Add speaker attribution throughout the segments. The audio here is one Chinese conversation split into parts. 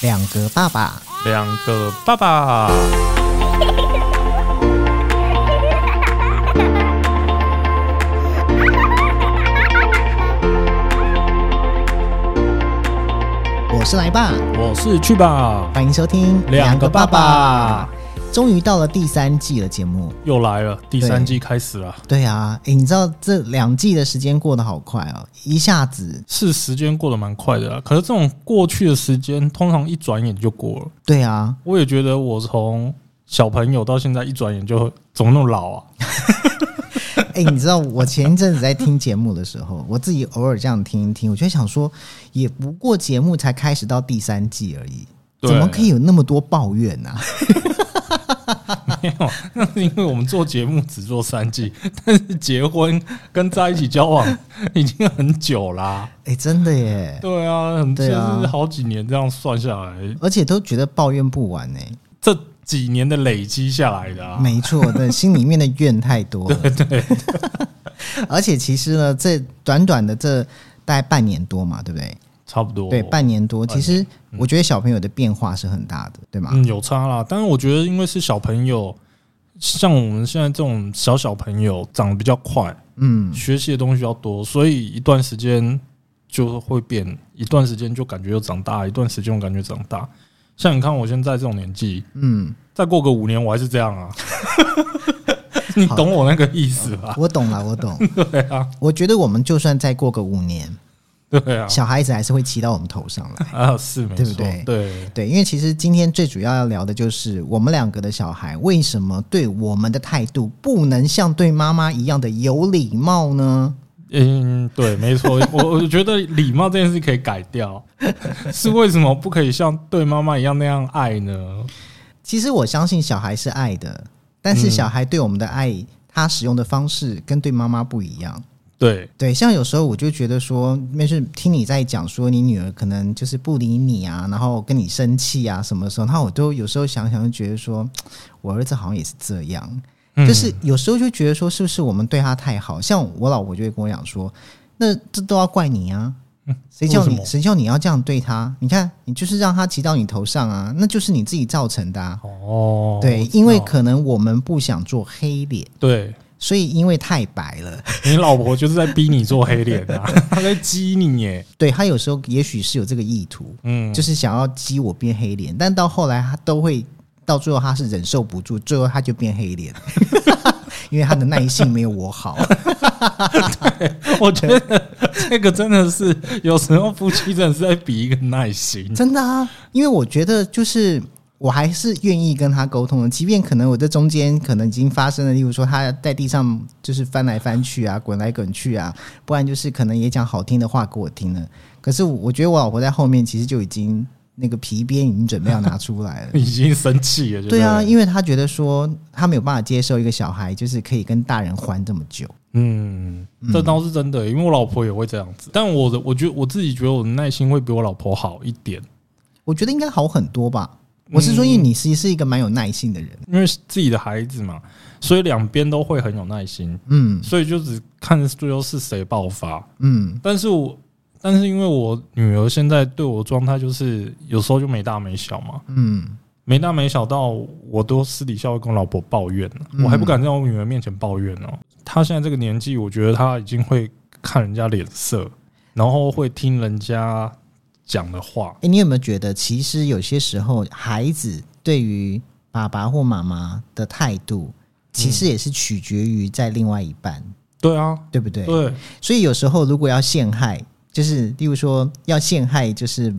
Speaker 1: 两个爸爸，
Speaker 2: 两个爸爸。
Speaker 1: 我是来爸，
Speaker 2: 我是去吧，
Speaker 1: 欢迎收听
Speaker 2: 两个爸爸。
Speaker 1: 终于到了第三季的节目，
Speaker 2: 又来了，第
Speaker 1: 对
Speaker 2: 三季开始了。
Speaker 1: 对啊，诶你知道这两季的时间过得好快哦，一下子，
Speaker 2: 是时间过得蛮快的啦，可是这种过去的时间，通常一转眼就过了。
Speaker 1: 对啊，
Speaker 2: 我也觉得我从小朋友到现在，一转眼就怎么那么老啊？
Speaker 1: 哎、你知道我前一阵子在听节目的时候， 我自己偶尔这样听一听，我就想说，也不过节目才开始到第三季而已，
Speaker 2: 对
Speaker 1: 怎么可以有那么多抱怨呢、啊？
Speaker 2: 没有，那是因为我们做节目只做三季，但是结婚跟在一起交往已经很久啦。
Speaker 1: 哎、真的耶，
Speaker 2: 对啊，很就
Speaker 1: 对啊
Speaker 2: 是好几年这样算下来，
Speaker 1: 而且都觉得抱怨不完呢、
Speaker 2: 这几年的累积下来的啊。
Speaker 1: 没错，对，心里面的怨太多了。 对对而且其实呢，这短短的这大概半年多嘛，对不对？
Speaker 2: 差不多，
Speaker 1: 对，哦半年嗯多，
Speaker 2: 半
Speaker 1: 其实我觉得小朋友的变化是很大的，对吗？
Speaker 2: 嗯，有差啦。但是我觉得，因为是小朋友，像我们现在这种小小朋友长得比较快，
Speaker 1: 嗯，
Speaker 2: 学习的东西比较多，所以一段时间就会变，一段时间就感觉又长大，一段时间我感觉长大。像你看我现在这种年纪，
Speaker 1: 嗯，
Speaker 2: 再过个五年我还是这 样啊。你懂我那个意思吧？
Speaker 1: 嗯我懂了，我 懂。
Speaker 2: 对啊，
Speaker 1: 我觉得我们就算再过个五年，
Speaker 2: 对啊，
Speaker 1: 小孩子还是会骑到我们头上 来。
Speaker 2: 啊是没
Speaker 1: 对不
Speaker 2: 错
Speaker 1: 对，
Speaker 2: 对
Speaker 1: 对，因为其实今天最主要要聊的就是我们两个的小孩为什么对我们的态度不能像对妈妈一样的有礼貌呢？
Speaker 2: 嗯，对，没错，我我觉得礼貌这件事可以改掉，是为什么不可以像对妈妈一样那样爱呢？
Speaker 1: 其实我相信小孩是爱的，但
Speaker 2: 嗯
Speaker 1: 是小孩对我们的爱，他使用的方式跟对妈妈不一样。
Speaker 2: 对，
Speaker 1: 对，像有时候我就觉得说，没事，听你在讲说你女儿可能就是不理你啊，然后跟你生气啊什么的时候，那我都有时候想想就觉得说，我儿子好像也是这样，
Speaker 2: 嗯
Speaker 1: 就是有时候就觉得说，是不是我们对他太好？像我老婆就会跟我讲说，那这都要怪你啊，谁叫
Speaker 2: 嗯为什
Speaker 1: 你
Speaker 2: 么
Speaker 1: 谁叫你要这样对他？你看，你就是让他骑到你头上啊，那就是你自己造成的、啊。
Speaker 2: 哦，
Speaker 1: 对
Speaker 2: 我，知
Speaker 1: 因为
Speaker 2: 道
Speaker 1: 可能我们不想做黑脸，
Speaker 2: 对
Speaker 1: 所以因为太白了，
Speaker 2: 你老婆就是在逼你做黑脸啊，她在激你耶，
Speaker 1: 对他有时候也许是有这个意图，
Speaker 2: 嗯，
Speaker 1: 就是想要激我变黑脸，但到后来他都会到最后他是忍受不住，最后他就变黑脸， 因为他的耐性没有我好。
Speaker 2: 我觉得这个真的是有时候夫妻真的是在比一个耐心，。
Speaker 1: 真的啊，因为我觉得就是我还是愿意跟他沟通的，即便可能我这中间可能已经发生了，例如说他在地上就是翻来翻去啊，滚来滚去啊，不然就是可能也讲好听的话给我听了。可是我我觉得我老婆在后面其实就已经那个皮鞭已经准备要拿出来 了
Speaker 2: 已经生气了，就
Speaker 1: 对啊，
Speaker 2: 了
Speaker 1: 因为她觉得说她没有办法接受一个小孩就是可以跟大人欢这么久。
Speaker 2: 嗯，这倒是真的，因为我老婆也会这样子，但我的我觉得我自己觉得我的耐心会比我老婆好一点。
Speaker 1: 我觉得应该好很多吧。我是说，因为你其实是一个蛮有耐性的人。
Speaker 2: 因为是自己的孩子嘛，所以两边都会很有耐心，
Speaker 1: 嗯
Speaker 2: 所以就只看最后是谁爆发。
Speaker 1: 嗯，
Speaker 2: 但是我，但是因为我女儿现在对我的状态就是有时候就没大没小嘛，
Speaker 1: 嗯，
Speaker 2: 没大没小到我都私底下会跟我老婆抱怨呢、
Speaker 1: 嗯
Speaker 2: 我还不敢在我女儿面前抱怨哦、她现在这个年纪，我觉得她已经会看人家脸色，然后会听人家讲的话。
Speaker 1: 哎、你有没有觉得，其实有些时候孩子对于爸爸或妈妈的态度，其实也是取决于在另外一半，
Speaker 2: 对啊，
Speaker 1: 对不对？
Speaker 2: 对，
Speaker 1: 所以有时候如果要陷害，就是例如说要陷害，就是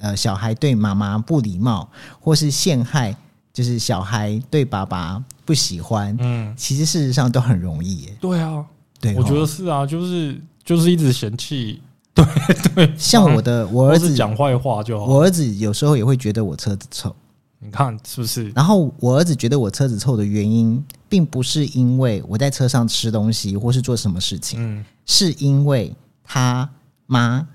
Speaker 1: 呃小孩对妈妈不礼貌，或是陷害就是小孩对爸爸不喜欢，
Speaker 2: 嗯，
Speaker 1: 其实事实上都很容易耶。
Speaker 2: 对啊，
Speaker 1: 对哦，
Speaker 2: 我觉得是啊，就是就是一直嫌弃
Speaker 1: 像我的我儿
Speaker 2: 或是
Speaker 1: 子，
Speaker 2: 讲哦坏话就好。
Speaker 1: 我儿子有时候也会觉得我车子臭，
Speaker 2: 你看是不是？
Speaker 1: 然后我儿子觉得我车子臭的原因，并不是因为我在车上吃东西或是做什么事情，
Speaker 2: 嗯，
Speaker 1: 是因为他 妈，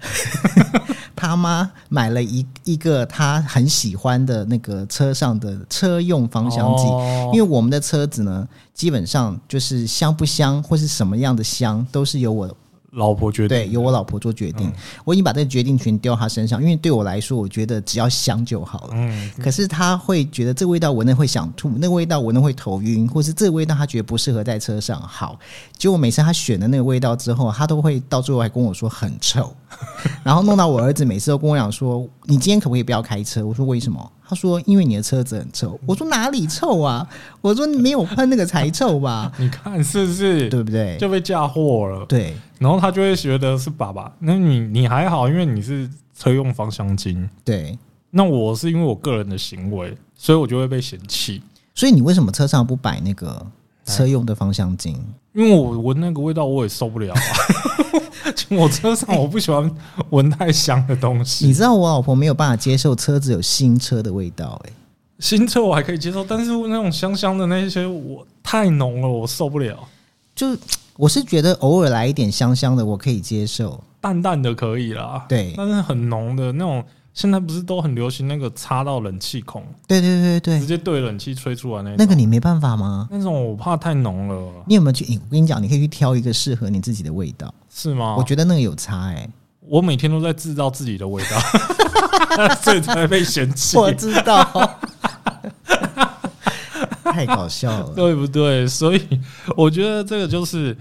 Speaker 1: 他妈买了一一个他很喜欢的那个车上的车用芳香剂。
Speaker 2: 哦
Speaker 1: 因为我们的车子呢，基本上就是香不香或是什么样的香，都是由我
Speaker 2: 老婆决定，嗯
Speaker 1: 对，由我老婆做决定。我已经把这个决定权丢到她身上，因为对我来说，我觉得只要香就好了。
Speaker 2: 嗯，？
Speaker 1: 可是她会觉得这个味道闻了会想吐，那个味道闻了会头晕，或是这个味道她觉得不适合在车上。好，结果每次她选的那个味道之后，她都会到最后还跟我说很臭， 然后弄到我儿子每次都跟我讲说：“你今天可不可以不要开车？”我说：“为什么？”他说：“因为你的车子很臭。”我说：“哪里臭啊？”我说：“没有喷那个才臭吧
Speaker 2: 你看是不是？
Speaker 1: 对不对
Speaker 2: 就被嫁祸了？”。
Speaker 1: 对，
Speaker 2: 然后他就会觉得是爸爸，那你你还好，因为你是车用芳香精。
Speaker 1: 对。
Speaker 2: 那我是因为我个人的行为，所以我就会被嫌弃，
Speaker 1: 所以你为什么车上不摆那个车用的芳香精？
Speaker 2: 因为我闻那个味道我也受 不了啊。我车上我不喜欢闻太香的东
Speaker 1: 你
Speaker 2: 西，
Speaker 1: 知道我老婆没有办法接受车子有新车的味道、欸，
Speaker 2: 新车我还可以接受，但是那种香香的那些我太浓了，我受不了。
Speaker 1: 就我是觉得偶尔来一点香香的，我可以接受。
Speaker 2: 淡淡的可以啦，
Speaker 1: 对
Speaker 2: 但是很浓的那种，现在不是都很流行那个插到冷气孔，
Speaker 1: 对对对对
Speaker 2: 直接对冷气吹出来那种。
Speaker 1: 那个你没办法吗？
Speaker 2: 那种我怕太浓了，
Speaker 1: 你有没有去？欸我跟你讲，你可以去挑一个适合你自己的味道。
Speaker 2: 是吗？
Speaker 1: 我觉得那个有差哎、
Speaker 2: 我每天都在制造自己的味道， 所以才会被嫌弃，
Speaker 1: 我知道， 太搞笑了。
Speaker 2: 对不对？所以我觉得这个就是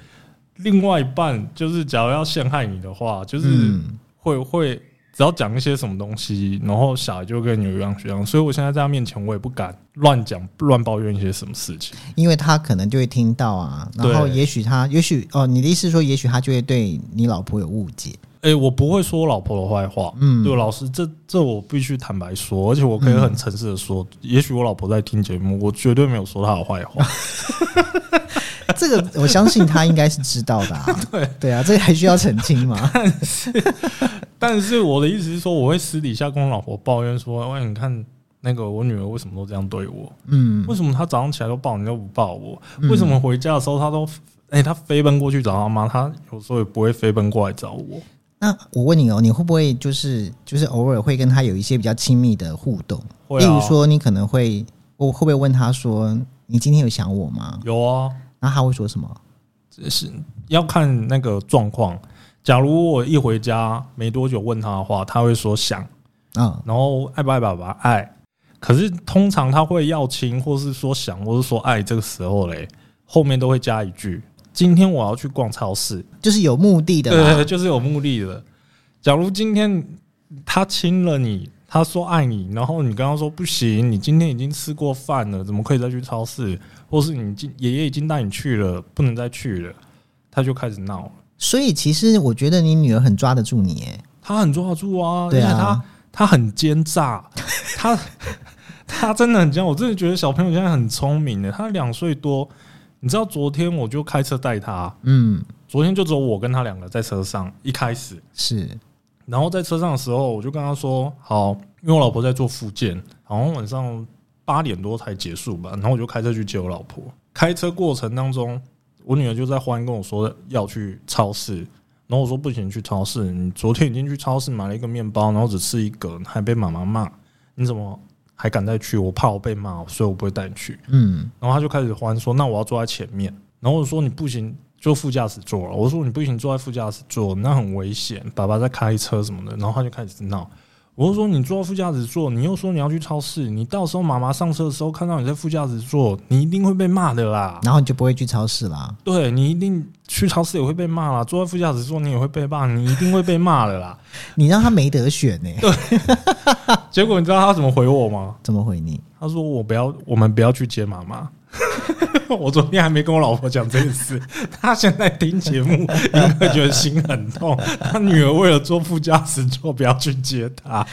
Speaker 2: 另外一半，就是假如要陷害你的话， 就是
Speaker 1: 嗯，
Speaker 2: 会、会只要讲一些什么东西，然后小孩就跟你有样学样。所以我现在在他面前，我也不敢乱讲、乱抱怨一些什么事情。
Speaker 1: 因为他可能就会听到啊，然后
Speaker 2: 对
Speaker 1: 也许他，也许哦，你的意思是说，也许他就会对你老婆有误解。
Speaker 2: 哎、我不会说我老婆的坏话，
Speaker 1: 嗯
Speaker 2: 对，老师，这这我必须坦白说，而且我可以很诚实的说，也许我老婆在听节目，我绝对没有说她的坏话。
Speaker 1: 这个我相信他应该是知道的、啊。
Speaker 2: 对
Speaker 1: 对啊，这个还需要澄清吗？
Speaker 2: 但是我的意思是说，我会私底下跟我老婆抱怨说：“喂，你看那个我女儿为什么都这样对我？
Speaker 1: 嗯
Speaker 2: 为什么她早上起来都抱你都不抱我？
Speaker 1: 嗯
Speaker 2: 为什么回家的时候她都……哎、她飞奔过去找她妈，她有时候也不会飞奔过来找我。
Speaker 1: 那我问你哦，你会不会就是就是偶尔会跟他有一些比较亲密的互动？
Speaker 2: 会啊
Speaker 1: 例如说，你可能会我会不会问他说：“你今天有想我吗
Speaker 2: 有啊，？”
Speaker 1: 然后他会说什么？
Speaker 2: 只是要看那个状况。假如我一回家没多久问她的话，她会说想。”
Speaker 1: 嗯，
Speaker 2: 然后爱不爱爸爸爱，可是通常他会要亲，或是说想，或是说爱，这个时候嘞，后面都会加一句：今天我要去逛超市，
Speaker 1: 就是有目的的
Speaker 2: 对
Speaker 1: 啦。
Speaker 2: 对， 就是有目的的。假如今天他亲了你，他说爱你，然后你跟他说不行，你今天已经吃过饭了，怎么可以再去超市？或是你今爷爷已经带你去了，不能再去了，他就开始闹了。
Speaker 1: 所以其实我觉得你女儿很抓得住你耶，
Speaker 2: 他很抓得住啊，
Speaker 1: 对啊
Speaker 2: 而且他他很奸诈， 他他真的很奸。我真的觉得小朋友现在很聪明的，他两岁多，你知道昨天我就开车带他，
Speaker 1: 嗯，
Speaker 2: 昨天就只有我跟他两个在车上，一开始，
Speaker 1: 是，
Speaker 2: 然后在车上的时候，我就跟他说，好，因为我老婆在做复健，好像晚上八点多才结束吧，然后我就开车去接我老婆。开车过程当中，我女儿就在忽然跟我说要去超市，然后我说不行，去超市，你昨天已经去超市买了一个面包，然后只吃一个，还被妈妈骂，你怎么还敢再去？我怕我被骂，所以我不会带你去。
Speaker 1: 嗯
Speaker 2: 然后他就开始欢说：“那我要坐在前面。”然后我说：“你不行，就副驾驶座了。”我说：“你不行，坐在副驾驶座，那很危险，爸爸在开车什么的。”然后他就开始闹。我就说：“你坐在副驾驶座，你又说你要去超市，你到时候妈妈上车的时候看到你在副驾驶座，你一定会被骂的啦。
Speaker 1: 然后你就不会去超市啦。
Speaker 2: 对你一定去超市也会被骂啦，坐在副驾驶座你也会被骂，你一定会被骂的啦。
Speaker 1: 你让她没得选呢，
Speaker 2: 结果你知道他怎么回我吗？
Speaker 1: 怎么回你？
Speaker 2: 他说：“我不要，我们不要去接妈妈。” 我昨天还没跟我老婆讲这件事，她现在听节目应该觉得心很痛。她女儿为了坐副驾驶座，不要去接她。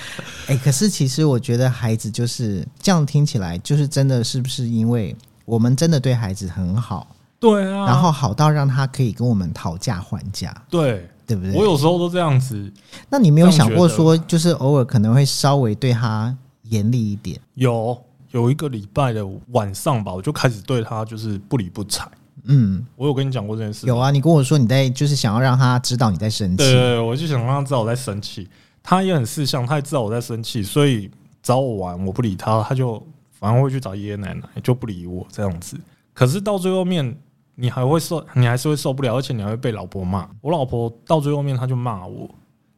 Speaker 1: 哎、可是其实我觉得孩子就是这样，听起来就是真的，是不是因为我们真的对孩子很好，
Speaker 2: 对啊，
Speaker 1: 然后好到让他可以跟我们讨价还价，
Speaker 2: 对
Speaker 1: 对不
Speaker 2: 我
Speaker 1: 对？
Speaker 2: 有时候都这样子，
Speaker 1: 那你没有想过
Speaker 2: 这样觉
Speaker 1: 说，就是偶尔可能会稍微对他严厉一点？
Speaker 2: 有有一个礼拜的晚上吧，我就开始对她就是不理不睬。
Speaker 1: 嗯，
Speaker 2: 我有跟你讲过这件事吗，
Speaker 1: 有啊，你跟我说你在就是想要让他知道你在生
Speaker 2: 对对
Speaker 1: 气，
Speaker 2: 对，我就想让他知道我在生气，他也很识相，他也知道我在生气，所以找我玩，我不理他，他就反而会去找爷爷奶奶，就不理我这样子。可是到最后面，你还会受，你还是会受不了，而且你还会被老婆骂。我老婆到最后面，她就骂我，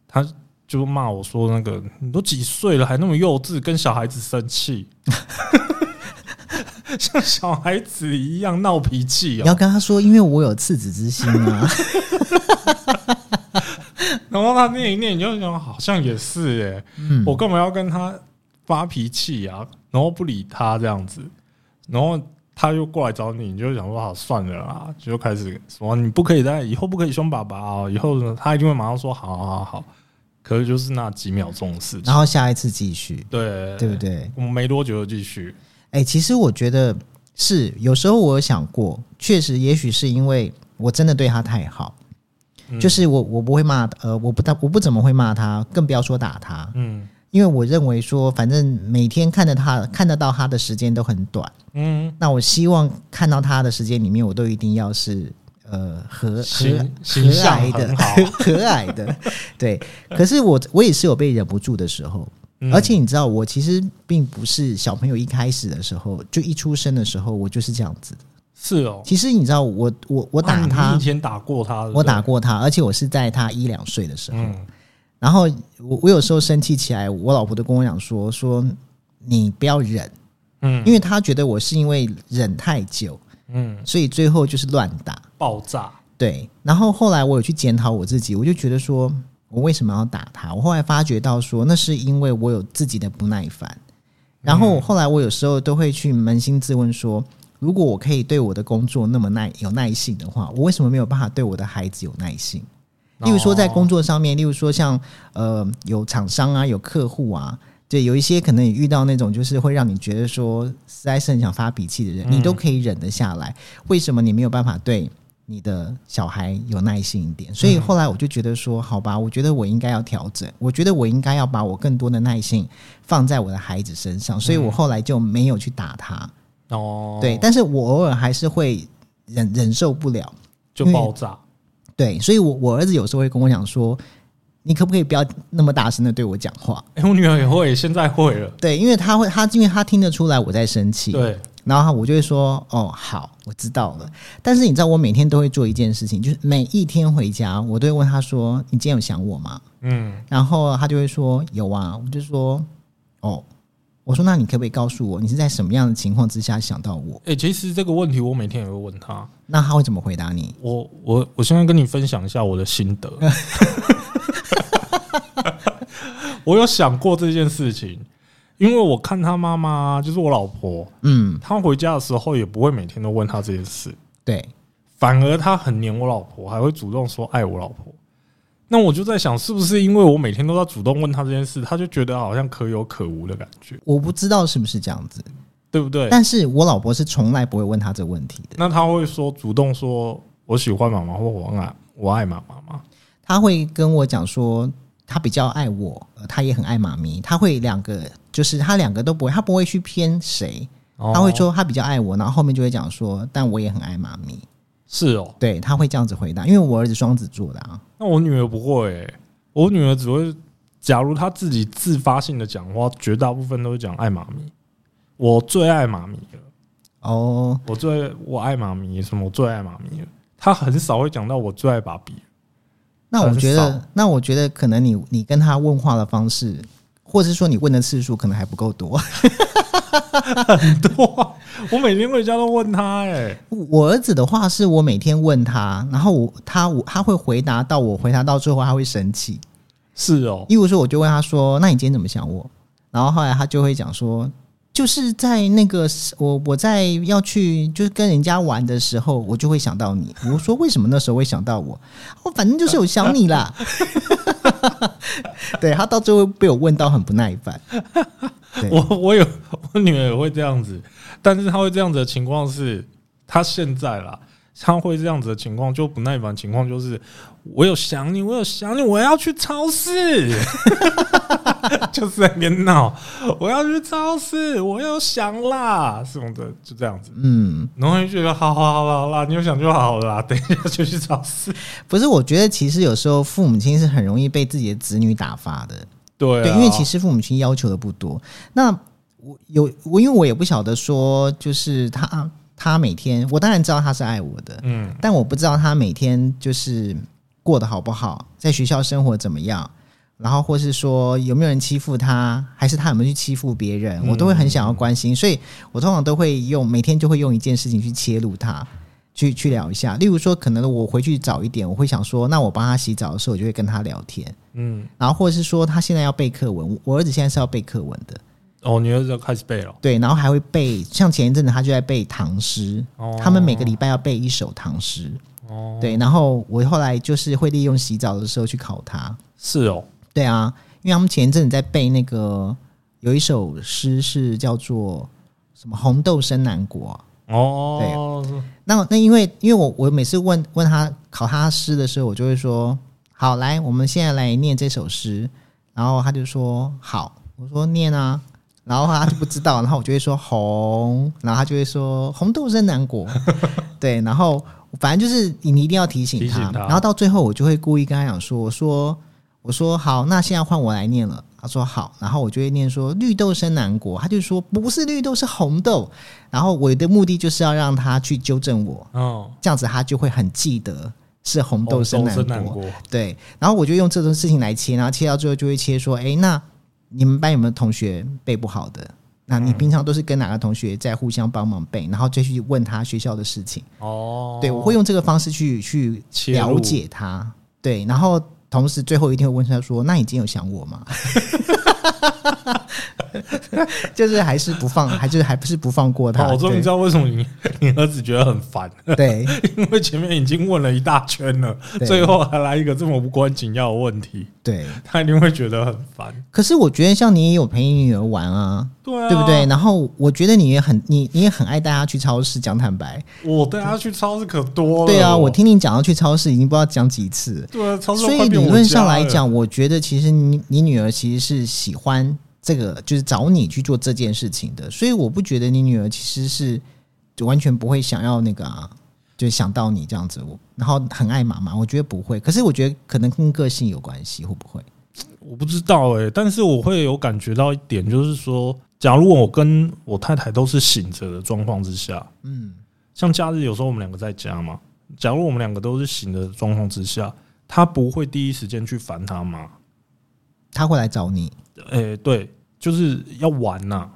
Speaker 2: 她就骂我说：“那个你都几岁了，还那么幼稚，跟小孩子生气， 像小孩子一样闹脾气
Speaker 1: 你
Speaker 2: 哦
Speaker 1: 要。跟他说，因为我有赤子之心 啊。”
Speaker 2: 然后她念一念，你就想好像也是哎、
Speaker 1: 嗯，
Speaker 2: 我干嘛要跟他发脾气啊？然后不理他这样子，然后他又过来找你，你就想说好算了啦，就开始说你不可以再以后不可以凶爸爸哦，以后呢他一定会马上说好好好。可是就是那几秒钟的事情
Speaker 1: 然，后下一次继续，
Speaker 2: 对
Speaker 1: 对不？对？
Speaker 2: 我们没多久就继续，
Speaker 1: 哎、其实我觉得是，有时候我有想过，确实，也许是因为我真的对他太好，
Speaker 2: 嗯
Speaker 1: 就是我我不会骂，呃，我不大我不怎么会骂他，更不要说打他，
Speaker 2: 嗯
Speaker 1: 因为我认为说，反正每天看着他看得到他的时间都很短，
Speaker 2: 嗯，
Speaker 1: 那我希望看到他的时间里面，我都一定要是。呃，和和
Speaker 2: 形
Speaker 1: 和
Speaker 2: 形象
Speaker 1: 蔼的
Speaker 2: 很，好
Speaker 1: 和蔼的，对。可是我我也是有被忍不住的时候，
Speaker 2: 嗯
Speaker 1: 而且你知道，我其实并不是小朋友一开始的时候，就一出生的时候，我就是这样子的。
Speaker 2: 是哦，
Speaker 1: 其实你知道我，我我
Speaker 2: 我
Speaker 1: 打
Speaker 2: 你
Speaker 1: 他
Speaker 2: 以，前打过他，对不对
Speaker 1: 我打，过他，而且我是在他一两岁的时候。
Speaker 2: 嗯
Speaker 1: 然后我我有时候生气起来，我老婆都跟我讲说说你不要忍，
Speaker 2: 嗯
Speaker 1: 因为她觉得我是因为忍太久，
Speaker 2: 嗯，
Speaker 1: 所以最后就是乱打。
Speaker 2: 爆炸，
Speaker 1: 对，然后后来我有去检讨我自己，我就觉得说我为什么要打他？我后来发觉到说，那是因为我有自己的不耐烦。然后后来我有时候都会去扪心自问说，如果我可以对我的工作那么耐有耐性的话，我为什么没有办法对我的孩子有耐性？例如说在工
Speaker 2: 作，
Speaker 1: 作上面，例如说像呃有厂商啊，有客户啊，对，有一些可能也遇到那种就是会让你觉得说实在是很想发脾气的人，
Speaker 2: 嗯
Speaker 1: 你都可以忍得下来，为什么你没有办法对你的小孩有耐心一点？所以后来我就觉得说，好吧，我觉得我应该要调整，我觉得我应该要把我更多的耐心放在我的孩子身上，所以我后来就没有去打他，
Speaker 2: 哦，
Speaker 1: 对，但是我偶尔还是会忍忍受不了。
Speaker 2: 就爆炸，
Speaker 1: 对，所以我我儿子有时候会跟我讲说，你可不可以不要那么大声的对我讲话？
Speaker 2: 哎，我女儿也会，现在会了，
Speaker 1: 对，因为他会他因为他听得出来我在生气，
Speaker 2: 对，
Speaker 1: 然后他我就会说哦好，我知道了。但是你知道我每天都会做一件事情，就是每一天回家我都会问他说你今天有想我吗？
Speaker 2: 嗯，
Speaker 1: 然后他就会说有啊，我就说哦，我说那你可不可以告诉我你是在什么样的情况之下想到我？
Speaker 2: 哎、其实这个问题我每天也会问他。
Speaker 1: 那他会怎么回答你？
Speaker 2: 我我我现在跟你分享一下我的心得。 我有想过这件事情，因为我看他妈妈，就是我老婆，
Speaker 1: 嗯，
Speaker 2: 她回家的时候也不会每天都问她这件事，
Speaker 1: 对，
Speaker 2: 反而她很黏我老婆，还会主动说爱我老婆。那我就在想，是不是因为我每天都在主动问她这件事，她就觉得好像可有可无的感觉，
Speaker 1: 我不知道是不是这样子，
Speaker 2: 对不对？
Speaker 1: 但是我老婆是从来不会问他这个问题的。
Speaker 2: 那她会说主动说我喜欢妈妈，或我爱我爱妈妈吗？
Speaker 1: 他会跟我讲说，他比较爱我，呃他也很爱妈咪。他会两个，就是他两个都不会，他不会去偏谁。他会
Speaker 2: 哦
Speaker 1: 说他比较爱我，然后后面就会讲说，但我也很爱妈咪。
Speaker 2: 是哦，
Speaker 1: 对，他会这样子回答，因为我儿子双子座的啊。
Speaker 2: 那我女儿不会、欸，我女儿只会，假如她自己自发性的讲话，绝大部分都是讲爱妈咪，我最爱妈咪了，
Speaker 1: 哦，
Speaker 2: 我最我爱妈咪，什么我最爱妈咪了，她很少会讲到我最爱爸比。
Speaker 1: 那我觉
Speaker 2: 很
Speaker 1: 得，那我觉得可能你你跟他问话的方式，或者是说你问的次数可能还不够多。
Speaker 2: 哇，我每天回家都问她、欸，
Speaker 1: 我儿子的话是我每天问他，然后我他我他会回答到我回答到最后他会生气。
Speaker 2: 是哦，
Speaker 1: 例如说，我就问他说：“那你今天怎么想我？”然后后来他就会讲说：“就是在那个我我在要去就是跟人家玩的时候，我就会想到你。” 我说：“为什么那时候会想到我？”我反正就是有想你啦。 对他到最后被我问到很不耐烦。对
Speaker 2: 我我有 我女儿也会这样子，但是她会这样子的情况是，她现在啦，她会这样子的情况就不耐烦，情况就是我有想你，我有想你，我要去超市， 就是在那边闹，我要去超市，我有想啦什么的，就这样子。
Speaker 1: 嗯，
Speaker 2: 然后就觉得好好好啦好啦，你有想就好了啦，等一下就去超市。
Speaker 1: 不是，我觉得其实有时候父母亲是很容易被自己的子女打发的。
Speaker 2: 对、啊，
Speaker 1: 对，因为其实父母亲要求的不多。那我有我，因为我也不晓得说，就是他他每天，我当然知道他是爱我的，
Speaker 2: 嗯，
Speaker 1: 但我不知道他每天就是过得好不好，在学校生活怎么样，然后或是说有没有人欺负他，还是他有没有去欺负别人，
Speaker 2: 嗯
Speaker 1: 我都会很想要关心，所以我通常都会用每天就会用一件事情去切入他。去去聊一下，例如说，可能我回去早一点，我会想说，那我帮他洗澡的时候，我就会跟他聊天，
Speaker 2: 嗯，
Speaker 1: 然后或者是说他现在要背课文，我我儿子现在是要背课文的，
Speaker 2: 哦，你儿子要开始背了，
Speaker 1: 对，然后还会背，像前一阵子他就在背唐诗，
Speaker 2: 哦，
Speaker 1: 他们每个礼拜要背一首唐诗，
Speaker 2: 哦，
Speaker 1: 对，然后我后来就是会利用洗澡的时候去考他。
Speaker 2: 是哦，
Speaker 1: 对啊，因为他们前一阵子在背那个有一首诗是叫做什么“红豆生南国啊
Speaker 2: 哦，
Speaker 1: 那那因为因为我我每次问问他考他诗的时候，我就会说：“好，来，我们现在来念这首诗。”然后他就说：“好。”我说：“念啊。”然后他就不知道，然后我就会说红，然后他就会说红豆生南国，对，然后反正就是你一定要提醒
Speaker 2: 提
Speaker 1: 他，
Speaker 2: 醒他
Speaker 1: 然后到最后我就会故意跟他讲说，我说我说好，那现在换我来念了，他说好，然后我就会念说绿豆生南国，他就说不是绿豆是红豆，然后我的目的就是要让他去纠正我，
Speaker 2: 嗯，
Speaker 1: 这样子他就会很记得是红豆生
Speaker 2: 红豆
Speaker 1: 南
Speaker 2: 哦难
Speaker 1: 国。
Speaker 2: 过，
Speaker 1: 对，然后我就用这种事情来切，然后切到最后就会切说，哎，那你们班有没有同学背不好的？那你平常都是跟哪个同学在互相帮忙背，然后再去问他学校的事情？
Speaker 2: 哦，
Speaker 1: 对我会用这个方式去去
Speaker 2: 切入
Speaker 1: 了解他，对，然后同时最后一定会问他说：“那你今天有想我吗？” 就是还是不放，还就是还不是不放过他。
Speaker 2: 哦，我终于
Speaker 1: 对
Speaker 2: 知道为什么你你儿子觉得很烦，
Speaker 1: 对
Speaker 2: 因为前面已经问了一大圈了，
Speaker 1: 对
Speaker 2: 最后还来一个这么无关紧要的问题，
Speaker 1: 对，
Speaker 2: 他一定会觉得很烦，
Speaker 1: 可是我觉得像你也有陪你女儿玩啊，
Speaker 2: 对啊，
Speaker 1: 对不对？？然后我觉得你也很你你也很爱带她去超市。讲坦白，
Speaker 2: 我带他去超市可多了，
Speaker 1: 对啊，我，听你讲要去超市已经不知道讲几次了。
Speaker 2: 对啊，超市
Speaker 1: 所以
Speaker 2: 快变
Speaker 1: 理
Speaker 2: 我
Speaker 1: 论
Speaker 2: 家
Speaker 1: 上来
Speaker 2: 了，
Speaker 1: 讲，我觉得其实你你女儿其实是喜欢这个，就是找你去做这件事情的。所以我不觉得你女儿其实是就完全不会想要那个啊，就想到你这样子，我然后很爱妈妈，我觉得不会。可是我觉得可能跟个性有关系，会不会？
Speaker 2: 我不知道哎、但是我会有感觉到一点，就是说，假如我跟我太太都是醒着的状况之下，
Speaker 1: 嗯，
Speaker 2: 像假日有时候我们两个在家嘛，假如我们两个都是醒着的状况之下，他不会第一时间去烦他妈，
Speaker 1: 她会来找你，
Speaker 2: 诶、对，就是要玩呐、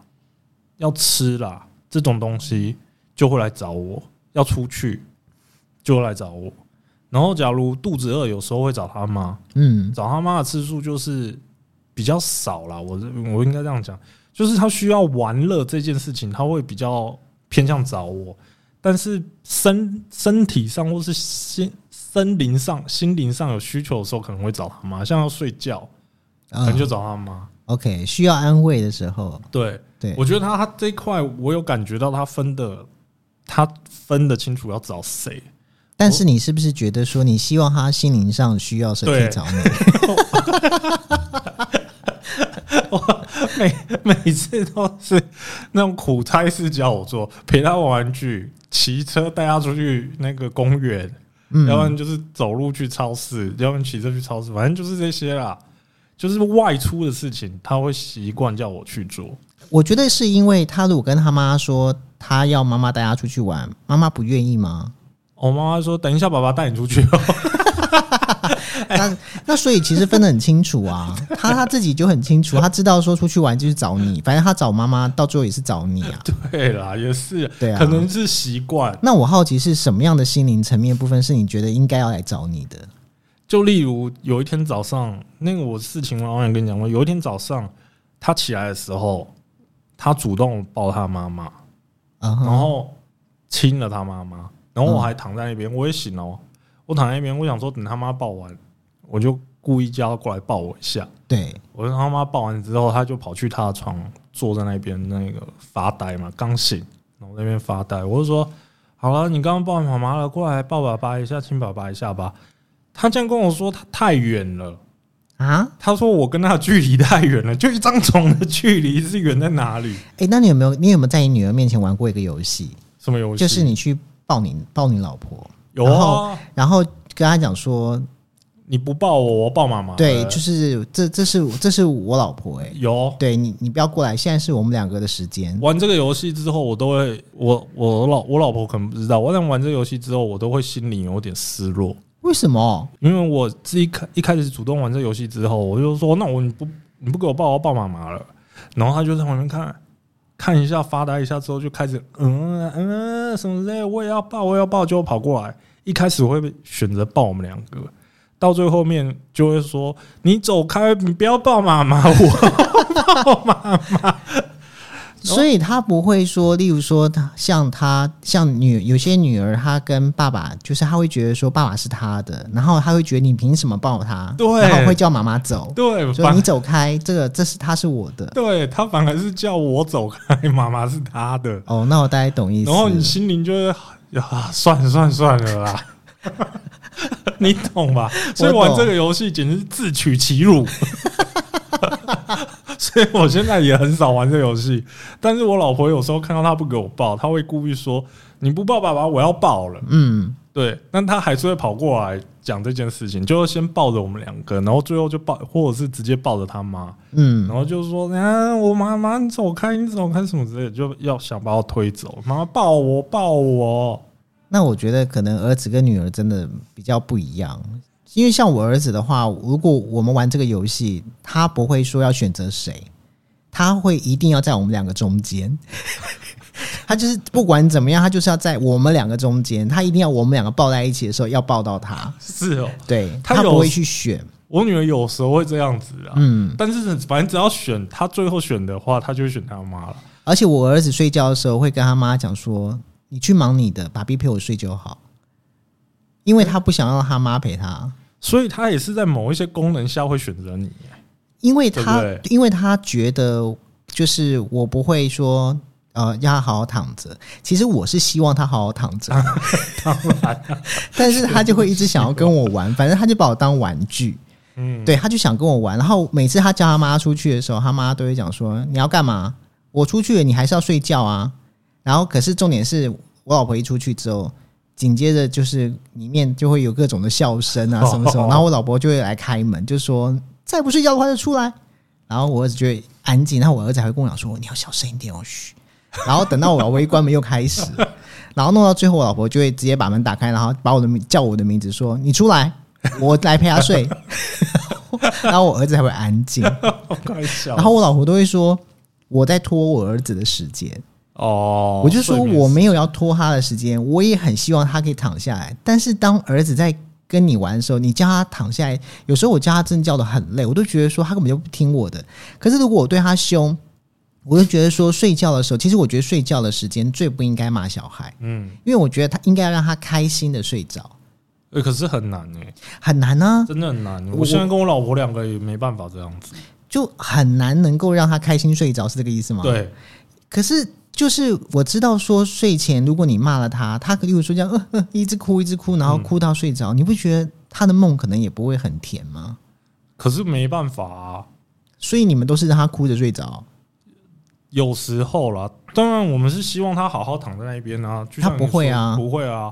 Speaker 2: 要吃啦，这种东西就会来找我，要出去就会来找我。然后，假如肚子饿，有时候会找他妈，
Speaker 1: 嗯
Speaker 2: 找他妈的次数就是比较少啦。我我应该这样讲，就是他需要玩乐这件事情，他会比较偏向找我。但是身身体上或是心森灵上、心灵上有需求的时候，可能会找他妈，像要睡觉，可
Speaker 1: 啊
Speaker 2: 能就找他妈。
Speaker 1: ，OK，需要安慰的时候，
Speaker 2: 对，
Speaker 1: 对
Speaker 2: 我觉得他他这一块，我有感觉到他分的，他分得清楚要找谁。
Speaker 1: 但是你是不是觉得说你希望她心灵上需要谁去
Speaker 2: 对
Speaker 1: 找你？
Speaker 2: 每 每次都是那种苦差事叫我做，陪他玩玩具，骑车带他出去那个公园，要
Speaker 1: 嗯，
Speaker 2: 不然就是走路去超市，要不然骑车去超市，反正就是这些啦。就是外出的事情，他会习惯叫我去做。
Speaker 1: 我觉得是因为她如果跟她妈说她要妈妈带她出去玩，妈妈不愿意吗？
Speaker 2: 我妈妈说：“等一下，爸爸带你出去。” 哦。
Speaker 1: 那那所以其实分得很清楚 啊，她她自己就很清楚，她知道说出去玩就是找你，反正她找妈妈到最后也是找你啊。
Speaker 2: 对啦，也是，
Speaker 1: 对啊
Speaker 2: 可能是习惯。
Speaker 1: 那我好奇是什么样的心灵层面部分是你觉得应该要来找你的？
Speaker 2: 就例如有一天早上，那个我事情我好像跟你讲过，有一天早上他起来的时候，他主动抱他妈妈，
Speaker 1: 啊
Speaker 2: 然
Speaker 1: 哈，
Speaker 2: 后亲了他妈妈，然后我还躺在那边，我也醒了哦，我躺在那边，我想说等他妈抱完，我就故意叫他过来抱我一下。
Speaker 1: Uh-huh 对，
Speaker 2: 我让他妈抱完之后，他就跑去他的床坐在那边那个发呆嘛，刚醒，然后在那边发呆。我就说：“好了，你刚刚抱完妈妈了，过来抱爸爸一下，亲爸爸一下吧。”他这样跟我说，他太远了。
Speaker 1: 啊，
Speaker 2: 他说我跟他的距离太远了，就一张床的距离是远在哪里？
Speaker 1: 诶，那你有没有你有没有在你女儿面前玩过一个游戏？
Speaker 2: 什么游戏？
Speaker 1: 就是你去抱你抱你老婆，
Speaker 2: 有
Speaker 1: 然
Speaker 2: 啊
Speaker 1: 后，然后跟她讲说，
Speaker 2: 你不抱我，我抱妈妈。
Speaker 1: 对，
Speaker 2: 呃
Speaker 1: 就是这，这是这是我老婆哎、
Speaker 2: 有
Speaker 1: 对你，你不要过来，现在是我们两个的时间。
Speaker 2: 玩这个游戏之后，我都会，我我老我老婆可能不知道，我但玩这个游戏之后，我都会心里有点失落，
Speaker 1: 为什么？
Speaker 2: 因为我自己开一开始主动玩这个游戏之后，我就说，那我你不你不给我抱，我要抱妈妈了。然后他就在旁边看看一下，发呆一下之后，就开始嗯啊嗯啊什么之类的，我也要抱，我也要抱，就跑过来。一开始会选择抱我们两个，到最后面就会说你走开，你不要抱妈妈，我
Speaker 1: 所以他不会说，例如说，他像他像女有些女儿，她跟爸爸，就是她会觉得说爸爸是她的，然后她会觉得你凭什么抱她？
Speaker 2: 对
Speaker 1: 然后会叫妈妈走，
Speaker 2: 对，
Speaker 1: 说
Speaker 2: 反
Speaker 1: 你走开，这个这是他是我的。
Speaker 2: 对他反而是叫我走开，妈妈是他的，
Speaker 1: 哦，那我大概懂意思。
Speaker 2: 然后你心灵就会啊，算了算了算了啦， 你懂吧？所以
Speaker 1: 我懂
Speaker 2: 玩这个游戏简直是自取其辱。 所以我现在也很少玩这个游戏，但是我老婆有时候看到她不给我抱，她会故意说你不抱爸爸，我要抱了。
Speaker 1: 嗯，
Speaker 2: 对，但她还是会跑过来讲这件事情，就是先抱着我们两个，然后最后就抱，或者是直接抱着他妈。
Speaker 1: 嗯
Speaker 2: 然后就说：“啊，我妈妈，你走开，你走开，什么之类的，就要想把我推走。妈妈抱我，抱我。
Speaker 1: 那我觉得可能儿子跟女儿真的比较不一样，因为像我儿子的话，如果我们玩这个游戏，他不会说要选择谁，他会一定要在我们两个中间。 他就是不管怎么样，他就是要在我们两个中间，他一定要我们两个抱在一起的时候要抱到他。”
Speaker 2: 是哦，
Speaker 1: 对
Speaker 2: 他
Speaker 1: 他
Speaker 2: 有
Speaker 1: 不会去选，
Speaker 2: 我女儿有时候会这样子啊，
Speaker 1: 嗯，
Speaker 2: 但是反正只要选，她最后选的话，她就会选她妈了。
Speaker 1: 而且我儿子睡觉的时候会跟他妈讲说：“你去忙你的，爸比陪我睡就好。”因为他不想让他妈陪他，
Speaker 2: 所以她也是在某一些功能下会选择你。
Speaker 1: 因为他
Speaker 2: 对不
Speaker 1: 因为他觉得就是我不会说呃让他好好躺着，其实我是希望他好好躺着，
Speaker 2: 当然，
Speaker 1: 但是他就会一直想要跟我玩，反正他就把我当玩具，
Speaker 2: 嗯，
Speaker 1: 对，他就想跟我玩。然后每次他叫他妈出去的时候，他妈都会讲说：“你要干嘛？我出去了，你还是要睡觉啊。”然后可是重点是我老婆一出去之后，紧接着就是里面就会有各种的笑声啊什么什么，然后我老婆就会来开门，就说：“再不睡觉的话就出来。”然后我儿子就会安静，然后我儿子还会跟我讲说：“你要小声一点哦，嘘。”然后等到我老婆一关门又开始，然后弄到最后，我老婆就会直接把门打开，然后把我的名叫我的名字说：“你出来，我来陪她睡。”然后我儿子才会安静，
Speaker 2: 我快笑
Speaker 1: 然。后我老婆都会说我在拖我儿子的时间，
Speaker 2: 哦，
Speaker 1: 我就说
Speaker 2: 睡眠
Speaker 1: 我没有要拖他的时间，我也很希望他可以躺下来。但是当儿子在跟你玩的时候，你叫他躺下来，有时候我叫他真的叫的很累，我都觉得说他根本就不听我的。可是如果我对他凶，我就觉得说睡觉的时候，其实我觉得睡觉的时间最不应该骂小孩，
Speaker 2: 嗯，
Speaker 1: 因为我觉得他应该让他开心的睡着，
Speaker 2: 呃可是很难哎、
Speaker 1: 很难啊，
Speaker 2: 真的很难。
Speaker 1: 我
Speaker 2: 我现在跟我老婆两个也没办法这样子。
Speaker 1: 就很难能够让他开心睡着，是这个意思吗？
Speaker 2: 对，
Speaker 1: 可是就是我知道说睡前如果你骂了他，他例如说这样呃呃一直哭一直哭，然后哭到睡着，你不觉得他的梦可能也不会很甜吗？
Speaker 2: 可是没办法啊。
Speaker 1: 所以你们都是让他哭着睡着，
Speaker 2: 有时候啦，当然我们是希望他好好躺在那一边啊，就像
Speaker 1: 他不会啊
Speaker 2: 你说不会啊。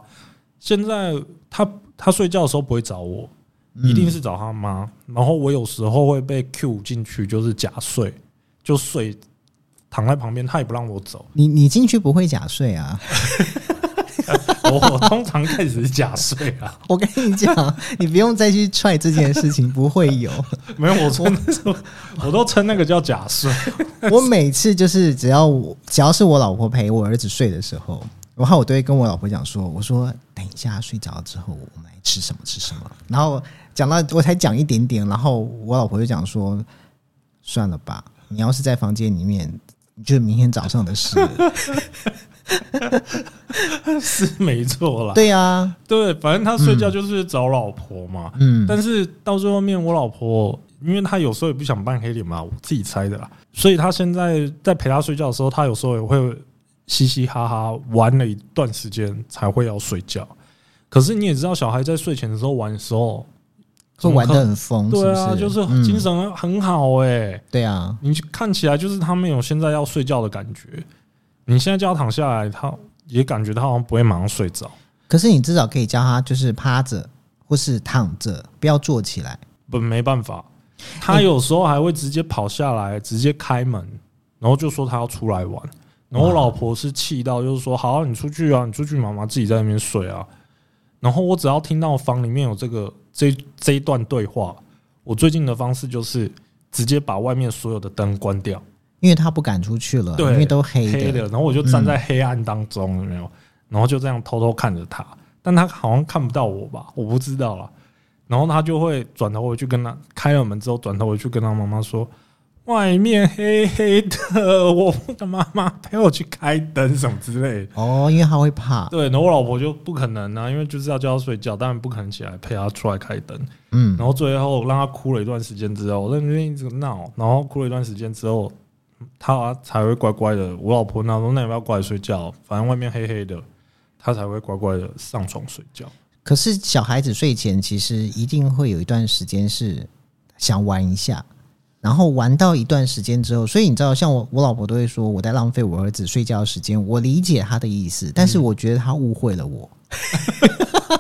Speaker 2: 现在他他睡觉的时候不会找我，
Speaker 1: 嗯
Speaker 2: 一定是找他妈。然后我有时候会被 Q 进去，就是假睡，就睡躺在旁边，他也不让我走。
Speaker 1: 你你进去不会假睡啊！
Speaker 2: 我我通常开始是假睡 啊，
Speaker 1: 我跟你讲，你不用再去踹这件事情，不会有。
Speaker 2: 没有我真的是我都称那个叫假睡。
Speaker 1: 我每次就是只要我只要是我老婆陪我儿子睡的时候，然后我都会跟我老婆讲说，我说等一下睡着之后我们来吃什么吃什么，然后讲到我才讲一点点，然后我老婆就讲说，算了吧，你要是在房间里面，就是明天早上的 事了。
Speaker 2: 是没错啦。
Speaker 1: 对嗯啊，
Speaker 2: 对，反正他睡觉就是找老婆嘛。
Speaker 1: 嗯，
Speaker 2: 但是到最后面，我老婆因为她有时候也不想扮黑脸嘛，我自己猜的啦，所以她现在在陪她睡觉的时候，她有时候也会嘻嘻哈哈玩了一段时间才会要睡觉。可是你也知道，小孩在睡前的时候玩的时候，
Speaker 1: 会玩的
Speaker 2: 怎么
Speaker 1: 很疯，
Speaker 2: 可
Speaker 1: 是不
Speaker 2: 对啊，就是
Speaker 1: 嗯
Speaker 2: 精神很好哎、
Speaker 1: 对啊，
Speaker 2: 你看起来就是他没有现在要睡觉的感觉。你现在叫他躺下来，他也感觉他好像不会马上睡着。
Speaker 1: 可是你至少可以教他就是趴着。或是躺着，不要坐起来。
Speaker 2: 不没办法，他有时候还会直接跑下来，直接开门，然后就说他要出来玩。然后我老婆是气到，就是说：“好、啊，你出去啊，你出去，妈妈自己在那边睡啊。”然后我只要听到房里面有这个这这一段对话，我最近的方式就是直接把外面所有的灯关掉，
Speaker 1: 因为他不敢出去了，
Speaker 2: 对
Speaker 1: 因为都黑的。嗯
Speaker 2: 黑的，然后我就站在黑暗当中，有没有？然后就这样偷偷看着他，但他好像看不到我吧，我不知道啦。然后他就会转头回去跟他开了门之后，转头回去跟他妈妈说：“外面黑黑的，我的妈妈陪我去开灯什么之类的。
Speaker 1: 哦，因为他会”怕。
Speaker 2: 对，然后我老婆就不可能啊，因为就是要叫他睡觉，当然不可能起来陪他出来开灯。
Speaker 1: 嗯，
Speaker 2: 然后最后让他哭了一段时间之后，我在那边一直闹，然后哭了一段时间之后，他才会乖乖的。我老婆那说：“那你要不要过来睡觉？反正外面黑黑的。”他才会乖乖的上床睡觉。
Speaker 1: 可是小孩子睡前其实一定会有一段时间是想玩一下，然后玩到一段时间之后，所以你知道，像我我老婆都会说我在浪费我儿子睡觉的时间，我理解他的意思，但是我觉得他误会了我。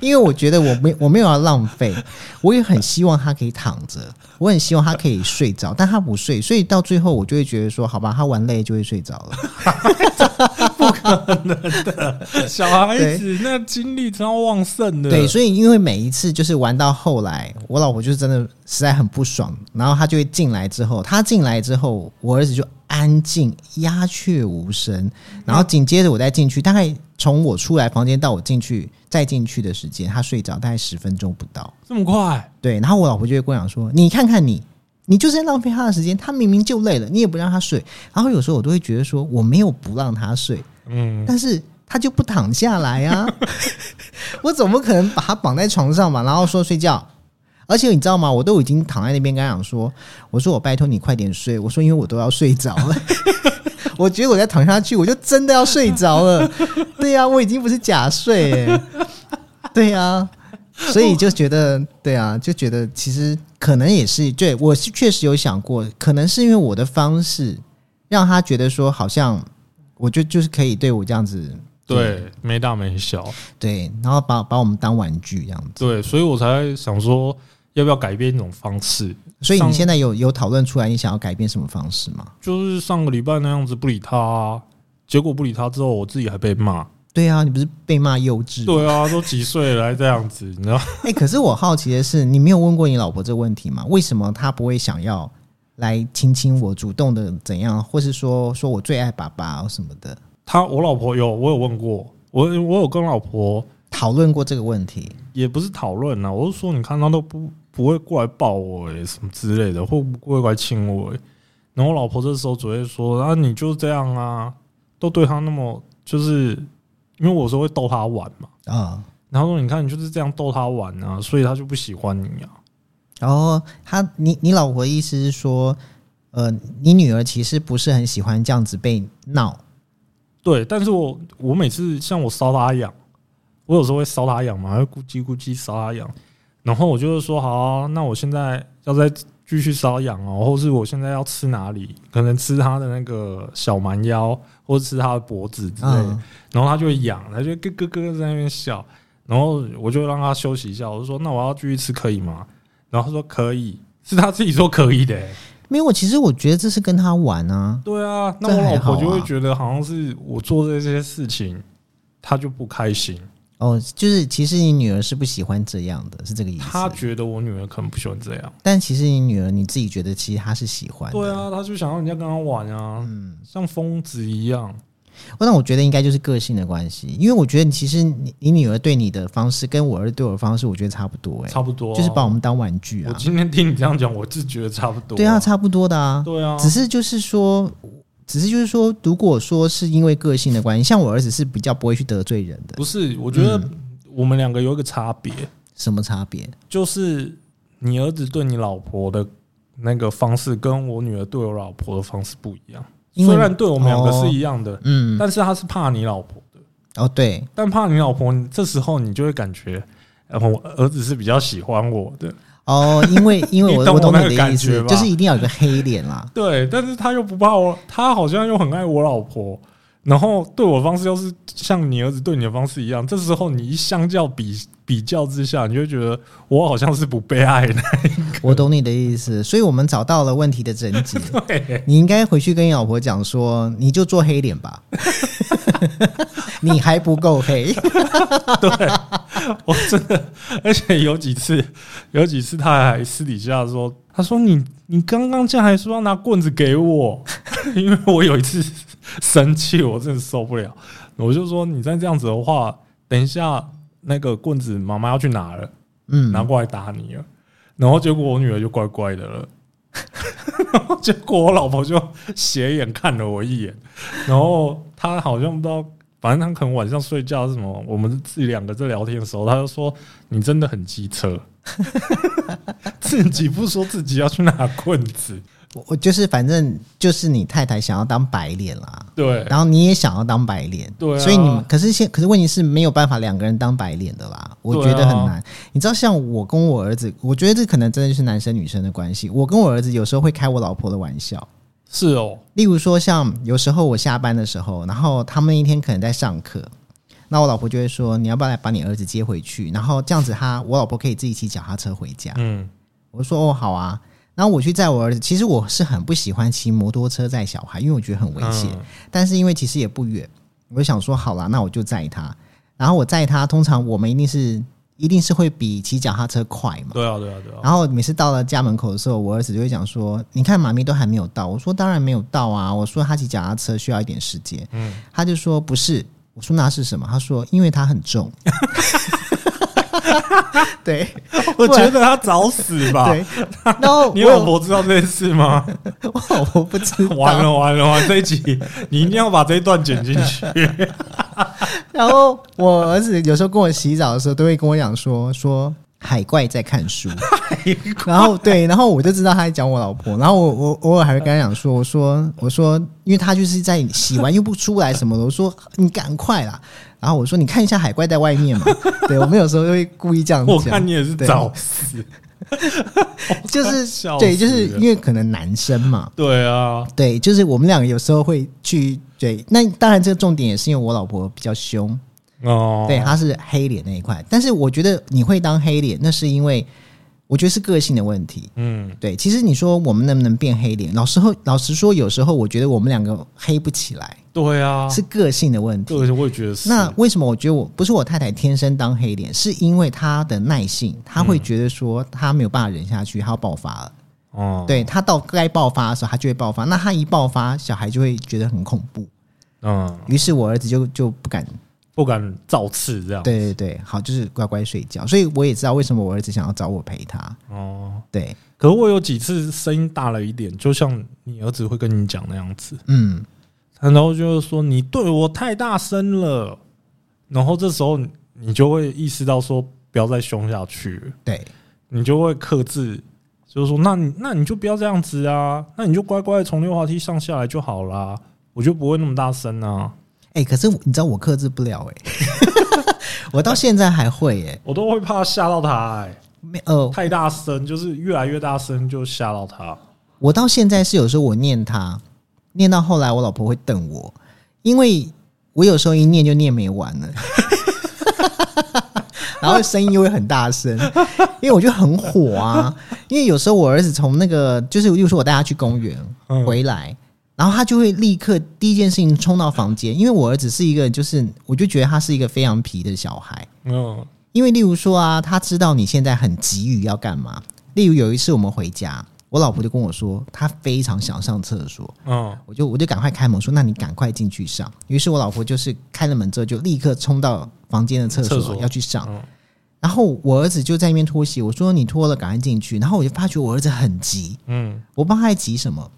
Speaker 1: 因为我觉得我没我没有要浪费，我也很希望他可以躺着，我很希望他可以睡着，但他不睡，所以到最后我就会觉得说，好吧，他玩累就会睡着了。
Speaker 2: 小孩子那精力超旺盛的，
Speaker 1: 对，所以因为每一次就是玩到后来，我老婆就是真的实在很不爽，然后她就会进来之后，她进来之后，我儿子就安静鸦雀无声，然后紧接着我再进去，大概从我出来房间到我进去再进去的时间，他睡着大概十分钟不到。
Speaker 2: 这么快，
Speaker 1: 对，然后我老婆就会跟我讲说：“你看看你，你就是在浪费他的时间，他明明就累了，你也不让他睡。”然后有时候我都会觉得说：“我没有不让他睡，
Speaker 2: 嗯，
Speaker 1: 但是他就不躺下来啊！ 我总不可能把他绑在床上嘛，然后说睡觉。而且你知道吗？我都已经躺在那边跟他讲说，我说我拜托你快点睡，我说因为我都要睡着了。 我觉得我再躺下去，我就真的要睡着了。对呀、我已经不是假睡、欸，对呀、所以就觉得，对啊，就觉得其实可能也是对我是确实有想过，可能是因为我的方式让他觉得说好像我就就是可以对我这样子，
Speaker 2: 对，没大没小，
Speaker 1: 对，然后把把我们当玩具这样子。
Speaker 2: 对，所以我才想说要不要改变一种方式，
Speaker 1: 所以你
Speaker 2: 上
Speaker 1: 现在有有讨论出来你想要改变什么方式吗？
Speaker 2: 就是上个礼拜那样子不理他、啊，结果不理他之后，我自己还被骂。
Speaker 1: 对啊，你不是被骂幼稚？
Speaker 2: 对啊，都几岁了还这样子，你知道？
Speaker 1: 哎、可是我好奇的是，你没有问过你老婆这个问题吗？为什么她不会想要来亲亲我，主动的怎样，或是说说我最爱爸爸什么的？
Speaker 2: 他我老婆有，我有问过，我我有跟老婆
Speaker 1: 讨论过这个问题？
Speaker 2: 也不是讨论啊，我是说你看他都不不会过来抱我诶、什么之类的，或不会过来亲我、诶。然后我老婆这时候只会说啊，你就这样啊，都对他那么就是，因为我说会逗他玩嘛，
Speaker 1: 啊、
Speaker 2: 然后说你看你就是这样逗他玩啊，所以他就不喜欢你啊。
Speaker 1: 然后他，你你老婆的意思是说，呃，你女儿其实不是很喜欢这样子被闹，
Speaker 2: 对，但是我我每次像我搔他痒，我有时候会搔他痒嘛，会咕叽咕叽搔他痒，然后我就会说好啊、那我现在要再继续搔痒哦，或是我现在要吃哪里，可能吃他的那个小蛮腰，或者吃他的脖子之类的，
Speaker 1: 嗯，
Speaker 2: 然后他就会痒，他就咯咯咯在那边笑，然后我就让他休息一下，我就说那我要继续吃可以吗？然后他说可以，是他自己说可以的、欸
Speaker 1: 没有，我其实我觉得这是跟他玩啊，
Speaker 2: 对啊，那
Speaker 1: 这
Speaker 2: 我
Speaker 1: 还
Speaker 2: 老
Speaker 1: 好
Speaker 2: 婆就会
Speaker 1: 啊
Speaker 2: 觉得好像是我做这些事情，她就不开心，
Speaker 1: 哦，就是其实你女儿是不喜欢这样的，是这个意思。
Speaker 2: 她觉得我女儿可能不喜欢这样。
Speaker 1: 但其实你女儿你自己觉得，其实她是喜欢的。
Speaker 2: 对啊，她就想要人家跟她玩啊，
Speaker 1: 嗯
Speaker 2: 像疯子一样。
Speaker 1: 那我觉得应该就是个性的关系，因为我觉得其实你你女儿对你的方式跟我儿子对我的方式，我觉得差不多、欸，
Speaker 2: 差不多啊
Speaker 1: 就是把我们当玩具
Speaker 2: 我
Speaker 1: 啊，
Speaker 2: 今天听你这样讲，我是觉得差不多。
Speaker 1: 对啊，，差不多的啊，
Speaker 2: 对啊，
Speaker 1: 只是就是说，只是就是说，如果说是因为个性的关系，像我儿子是比较不会去得罪人的，
Speaker 2: 不是，我觉得
Speaker 1: 嗯
Speaker 2: 我们两个有一个差别，
Speaker 1: 什么差别？
Speaker 2: 就是你儿子对你老婆的那个方式，跟我女儿对我老婆的方式不一样。
Speaker 1: 因
Speaker 2: 虽
Speaker 1: 为
Speaker 2: 然对我们两个
Speaker 1: 哦
Speaker 2: 是一样的，
Speaker 1: 嗯，
Speaker 2: 但是她是怕你老婆的。
Speaker 1: 哦，对，
Speaker 2: 但怕你老婆，你这时候你就会感觉，呃，我儿子是比较喜欢我的，
Speaker 1: 哦，因为因为我
Speaker 2: 你懂我
Speaker 1: 懂
Speaker 2: 那
Speaker 1: 你
Speaker 2: 个
Speaker 1: 的
Speaker 2: 感
Speaker 1: 意
Speaker 2: 觉
Speaker 1: 思，
Speaker 2: 吧
Speaker 1: 就是一定要有个黑脸啦。
Speaker 2: 对，但是他又不怕我，他好像又很爱我老婆，然后对我的方式又是像你儿子对你的方式一样，这时候你一相较比比较之下，你就会觉得我好像是不被爱的。
Speaker 1: 我懂你的意思，所以我们找到了问题的症结。
Speaker 2: 对，
Speaker 1: 你应该回去跟你老婆讲说，你就做黑脸 吧，你还不够黑。
Speaker 2: 我真的，而且有几次，有几次他还私底下说，他说你你刚刚这样还说要拿棍子给我， 因为我有一次生气，我真的受不了，我就说你再这样子的话，等一下那个棍子妈妈要去拿了。
Speaker 1: 嗯，
Speaker 2: 拿过来打你了。然后结果我女儿就乖乖的了， 然后结果我老婆就斜眼看了我一眼，然后她好像不知道，反正她可能晚上睡觉是什么，我们自己两个在聊天的时候，她就说：“你真的很机车， 自己不说自己要去拿棍子。
Speaker 1: 我我就是反正就是你太太想要当白脸啦”，
Speaker 2: 对，
Speaker 1: 然后你也想要当白脸，
Speaker 2: 对啊
Speaker 1: 所以你们可是现可是问题是没有办法两个人当白脸的啦，我觉得很
Speaker 2: 啊
Speaker 1: 难。你知道，像我跟我儿子，我觉得这可能真的是男生女生的关系。我跟我儿子有时候会开我老婆的玩笑，
Speaker 2: 是哦，
Speaker 1: 例如说像有时候我下班的时候，然后他们那一天可能在上课。那我老婆就会说：“你要不要来把你儿子接回去？然后这样子他，我老婆可以自己骑脚踏车回家。”
Speaker 2: 嗯，
Speaker 1: 我说哦，好啊。然后我去载我儿子，其实我是很不喜欢骑摩托车载小孩，因为我觉得很危险。
Speaker 2: 嗯
Speaker 1: 但是因为其实也不远，我就想说好啦，那我就载他。然后我载他，通常我们一定是一定是会比骑脚踏车快嘛。
Speaker 2: 对啊，对啊，对啊，
Speaker 1: 然后每次到了家门口的时候，我儿子就会讲说：“你看妈咪都还没有到。”我说：“当然没有到啊。”我说：“他骑脚踏车需要一点时间。”
Speaker 2: 嗯
Speaker 1: 他就说：“不是。”我说：“那是什么？”他说：“因为他很 重。”对，
Speaker 2: 我觉得她找死吧。
Speaker 1: 对，然后
Speaker 2: 你
Speaker 1: 我
Speaker 2: 老婆知道这件事吗？
Speaker 1: 我老婆不知道。
Speaker 2: 完了完了完了，这一集你一定要把这一段剪进去。
Speaker 1: 然后我儿子有时候跟我洗澡的时候，都会跟我讲说说海怪在看书。然后对，然后我就知道他在讲我老婆。然后我我偶尔还会跟他讲说，我说我说，因为他就是在洗完又不出来什么的，我说你赶快啦。然后我说你看一下海怪在外面 嘛。对我们有时候会故意这样
Speaker 2: 我
Speaker 1: 讲。
Speaker 2: 看你也是
Speaker 1: 对
Speaker 2: 找死。
Speaker 1: 就是
Speaker 2: 笑
Speaker 1: 对，
Speaker 2: 死
Speaker 1: 就是
Speaker 2: 了
Speaker 1: 因为可能男生嘛。
Speaker 2: 对啊，
Speaker 1: 对，就是我们两个有时候会去对，那当然这个重点也是因为我老婆比较凶，
Speaker 2: 哦，
Speaker 1: 对，她是黑脸那一块。但是我觉得你会当黑脸，那是因为我觉得是个性的问题。
Speaker 2: 嗯，
Speaker 1: 对，其实你说我们能不能变黑脸？老实后老实说，有时候我觉得我们两个黑不起来，
Speaker 2: 对啊，
Speaker 1: 是个性的问题。
Speaker 2: 对，我也觉得是。
Speaker 1: 那为什么我觉得我不是我太太天生当黑脸，是因为她的耐性，她会觉得说她没有办法忍下去，她要爆发了。
Speaker 2: 哦，
Speaker 1: 对她到该爆发的时候，她就会爆发。那她一爆发，小孩就会觉得很恐怖。
Speaker 2: 嗯，
Speaker 1: 于是我儿子就就不敢
Speaker 2: 不敢造次这样。，
Speaker 1: 对对对，好，就是乖乖睡觉。所以我也知道为什么我儿子想要找我陪他。
Speaker 2: 哦，
Speaker 1: 对，
Speaker 2: 可我有几次声音大了一点，就像你儿子会跟你讲那样子，
Speaker 1: 嗯，
Speaker 2: 然后就是说你对我太大声了，然后这时候你就会意识到说不要再凶下去了。
Speaker 1: 对，
Speaker 2: 你就会克制，就是说，那你那你就不要这样子啊，那你就乖乖地从溜滑梯上下来就好啦，我就不会那么大声啊，
Speaker 1: 哎、可是你知道我克制不了哎、 我到现在还会哎、
Speaker 2: 我都会怕吓到他、欸，
Speaker 1: 没呃，
Speaker 2: 太大声就是越来越大声就吓到他，
Speaker 1: 我到现在是有时候我念他，念到后来我老婆会瞪我，因为我有时候一念就念没完了。 然后声音又会很大声，因为我就很火啊。因为有时候我儿子从那个，就是例如说我带他去公园
Speaker 2: 嗯
Speaker 1: 回来，然后他就会立刻第一件事情冲到房间，因为我儿子是一个，就是我就觉得他是一个非常皮的小孩，
Speaker 2: 嗯
Speaker 1: 因为例如说啊，他知道你现在很急于要干嘛。例如有一次我们回家，我老婆就跟我说，她非常想上厕所，
Speaker 2: 嗯，
Speaker 1: 我就我就赶快开门说，那你赶快进去上。于是我老婆就是开了门之后就立刻冲到房间的厕所
Speaker 2: 厕所
Speaker 1: 要去上
Speaker 2: 嗯，
Speaker 1: 然后我儿子就在那边脱鞋，我说你脱了赶快进去。然后我就发觉我儿子很急，
Speaker 2: 嗯
Speaker 1: 我不知道他在急什么。